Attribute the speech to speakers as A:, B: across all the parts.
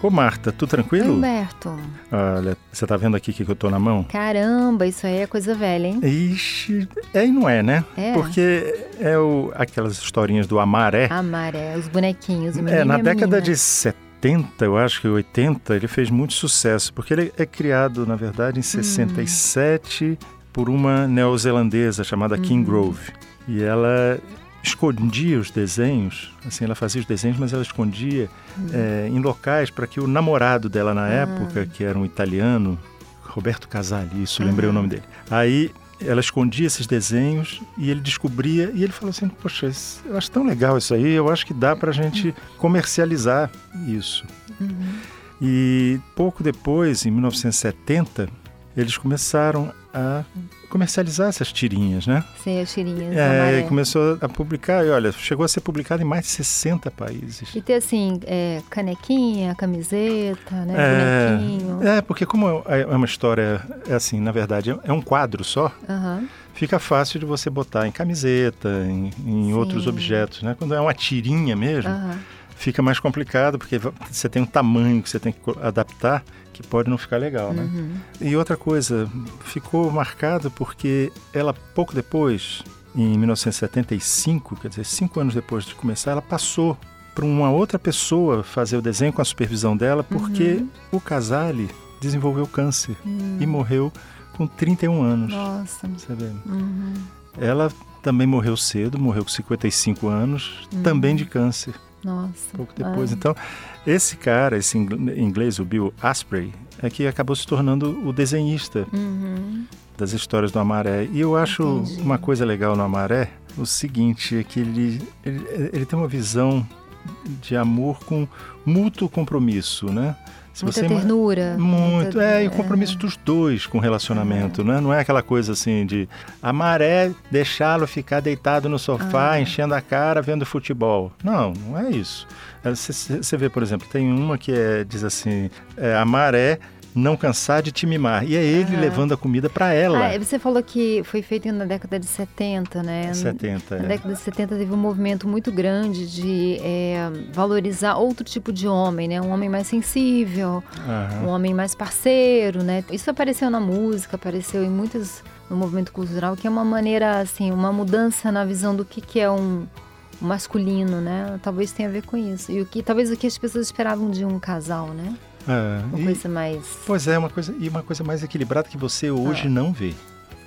A: Ô Marta, tu tranquilo?
B: Humberto.
A: Olha, você tá vendo aqui o que que eu tô na mão?
B: Caramba, isso aí é coisa velha, hein?
A: Ixi, é e não é, né?
B: É.
A: Porque é o, aquelas historinhas do
B: Ah,
A: amaré.
B: Amaré, os bonequinhos, o menino
A: é, na
B: e a
A: década
B: menina.
A: de 70, eu acho que 80, ele fez muito sucesso, porque ele é criado, na
B: Hum.
A: verdade, em 67 por uma neozelandesa chamada
B: Uhum.
A: Kim Grove. E ela escondia os desenhos, assim, ela fazia os desenhos, mas ela escondia
B: Hum.
A: é, em locais para que o namorado dela
B: Ah.
A: na época, que era um italiano, Roberto Casali, isso, lembrei o nome dele. Aí ela escondia esses desenhos e ele descobria e ele falou assim: Poxa, isso- eu acho tão legal isso aí, eu acho que dá pra gente comercializar isso. E pouco depois, em 1970, eles começaram a comercializar essas tirinhas, né?
B: Sem as tirinhas,
A: É,
B: amaré.
A: e começou a publicar, e olha, chegou a ser publicado em mais de 60 países.
B: E ter assim, é, canequinha, camiseta, né?
A: É.
B: Bonequinho.
A: É, porque como é é uma história, é assim, na verdade, é um quadro só,
B: Aham.
A: fica fácil de você botar em camiseta, em, em
B: Sim. Ah.
A: outros objetos, né? Quando é uma tirinha mesmo,
B: Aham.
A: fica mais complicado, porque va- você tem um tamanho que você tem que co- adaptar, que pode não ficar legal, né? E outra coisa, ficou marcado porque ela, pouco depois, em 1975, quer dizer, cinco anos depois de começar, ela passou para uma outra pessoa fazer o desenho com a supervisão dela, porque o Casale desenvolveu câncer e morreu com 31 anos.
B: Nossa.
A: Você vê.
B: Uhum.
A: Ela também morreu cedo, morreu com 55 anos,
B: Uhum.
A: também de câncer
B: Nossa.
A: pouco depois. Então, esse cara, esse ingl- inglês, o Bill Asprey, é que acabou se tornando o desenhista
B: Uhum.
A: das histórias do Amaré. E eu acho
B: Entendi.
A: uma coisa legal no Amaré o seguinte, é que ele, ele, ele tem uma visão de amor com mútuo compromisso, né? Se
B: Muita
A: ima-
B: ternura.
A: muito,
B: muita-
A: é, e o compromisso dos dois com o relacionamento, né? Não é aquela coisa assim de amaré, deixá-lo ficar deitado no sofá,
B: Ah.
A: enchendo a cara, vendo futebol. Não, não é isso. Você vê, por exemplo, tem uma que é, diz assim, é, amaré, não cansar de te mimar. E é ele levando a comida para ela.
B: Ah, você falou que foi feito na década de 70, né?
A: 70,
B: Na
A: é.
B: década de 70 teve um movimento muito grande de é, valorizar outro tipo de homem, né? Um homem mais sensível,
A: Aham.
B: um homem mais parceiro, né? Isso apareceu na música, apareceu em muitos no movimento cultural, que é uma maneira assim, uma mudança na visão do que que é um um masculino, né? Talvez tenha a ver com isso. E o que talvez o que as pessoas esperavam de um casal, né? Uma
A: É, e-
B: coisa mais
A: Pois é, uma coisa, e uma coisa mais equilibrada que você hoje
B: Ah.
A: não vê.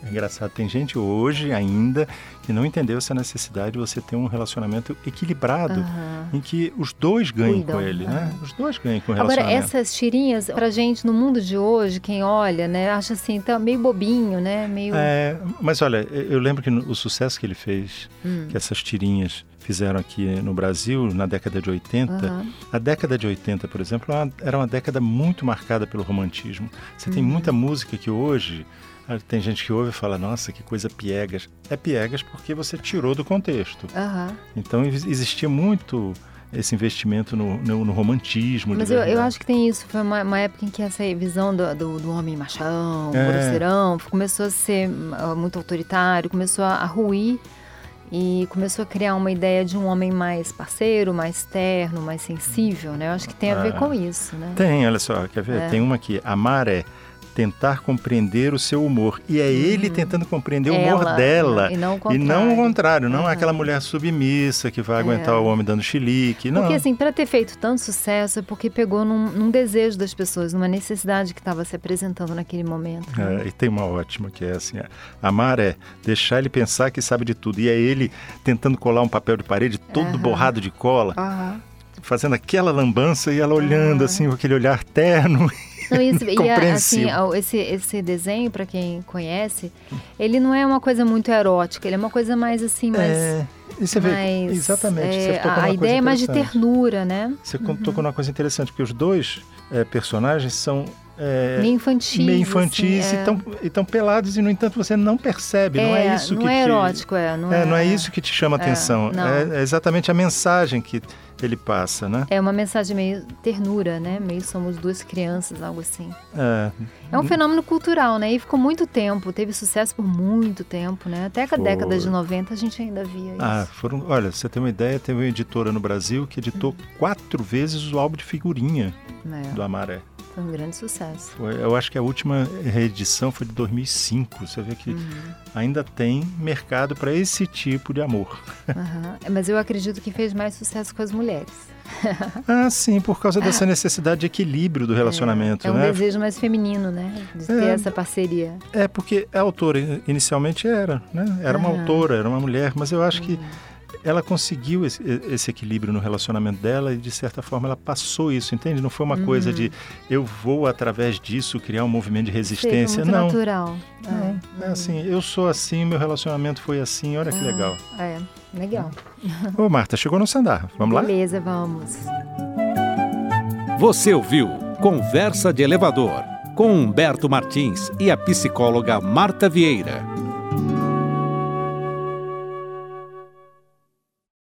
A: É engraçado, tem gente hoje ainda que não entendeu essa necessidade de você ter um relacionamento equilibrado,
B: Aham.
A: em que os dois ganham
B: Ah. Cuidam, Ah.
A: com ele, né? Os dois ganham com o
B: Agora,
A: relacionamento.
B: essas tirinhas, pra gente, no mundo de hoje, quem olha, né, acha assim, tá meio bobinho, né? Meio.
A: É, mas olha, eu lembro que no- o sucesso que ele fez,
B: Hum.
A: que essas tirinhas fizeram aqui no Brasil na década de 80,
B: Aham.
A: a década de 80, por exemplo, era uma- era uma década muito marcada pelo romantismo. Você tem
B: Uhum.
A: muita música que hoje ah, tem gente que ouve e fala, nossa, que coisa piegas. É piegas porque você tirou do contexto.
B: Aham.
A: Então ex- existia muito esse investimento no, no- no romantismo. de
B: Mas eu, eu
A: verdade.
B: acho que tem isso. Foi uma, uma época em que essa visão do, do, do homem machão,
A: É.
B: grosseirão, começou a ser ah, muito autoritário, começou a, a ruir e começou a criar uma ideia de um homem mais parceiro, mais terno, mais sensível, né? Eu acho que tem a ver
A: É.
B: com isso, né?
A: Tem, olha só, quer ver?
B: É.
A: Tem uma aqui. Amar é tentar compreender o seu humor. E é ele tentando compreender o humor
B: Hum. Ela, né?
A: dela.
B: E não o
A: E
B: contrário.
A: não o contrário, não é
B: Aham. É.
A: aquela mulher submissa que vai aguentar o homem dando chilique, não.
B: Porque assim, para ter feito tanto sucesso é porque pegou num, num desejo das pessoas, numa necessidade que estava se apresentando naquele momento. né?
A: É, e tem uma ótima que é assim: é, amar é deixar ele pensar que sabe de tudo. E é ele tentando colar um papel de parede todo borrado de cola,
B: Aham.
A: fazendo aquela lambança e
B: Ah.
A: ela olhando assim, com aquele olhar terno.
B: Não, isso, e a- assim,
A: Compreensivo.
B: ao- esse, esse desenho, para quem conhece, ele não é uma coisa muito erótica, ele é uma coisa mais assim, mais.
A: é, e você vê,
B: mais,
A: exatamente.
B: é,
A: você tocou
B: a
A: numa
B: a
A: coisa
B: ideia é mais de
A: interessante.
B: ternura, né?
A: Você tocou numa coisa interessante, porque os dois é, personagens são. é,
B: meio infantil. assim, é,
A: meio
B: infantil
A: infantis e tão- e estão pelados e no entanto você não percebe não é isso
B: não
A: que
B: é
A: te-
B: erótico, é. Não
A: É, não é isso que te chama atenção.
B: não.
A: É, é exatamente a mensagem que ele passa, né?
B: É uma mensagem meio ternura, né? Meio somos duas crianças, algo assim.
A: É,
B: É um fenômeno cultural, né? E ficou muito tempo, teve sucesso por muito tempo, né? Até a
A: Foi.
B: década de 90 a gente ainda via isso.
A: Ah, foram. Olha, você tem uma ideia, teve uma editora no Brasil que editou quatro vezes o álbum de figurinha
B: É,
A: do Amaré.
B: Foi um grande sucesso.
A: Foi- Eu acho que a última reedição foi de 2005. Você vê que
B: Uhum.
A: ainda tem mercado para esse tipo de amor.
B: Aham. É, Mas eu acredito que fez mais sucesso com as mulheres.
A: Ah, sim, por causa dessa necessidade de equilíbrio do relacionamento,
B: É um
A: né?
B: desejo mais feminino, né? De ter
A: É.
B: essa parceria.
A: É porque a autora in- inicialmente era, né? Era uma
B: Aham.
A: autora, era uma mulher, mas eu acho que ela conseguiu esse, esse equilíbrio no relacionamento dela e de certa forma ela passou isso, entende? Não foi uma coisa de eu vou através disso criar um movimento de resistência,
B: Sei, foi muito
A: não.
B: natural.
A: Não, é assim, eu sou assim, meu relacionamento foi assim, olha que legal.
B: É, é, legal.
A: Ô Marta, chegou no andar, vamos lá?
B: Beleza, vamos.
C: Você ouviu Conversa de Elevador com Humberto Martins e a psicóloga Marta Vieira.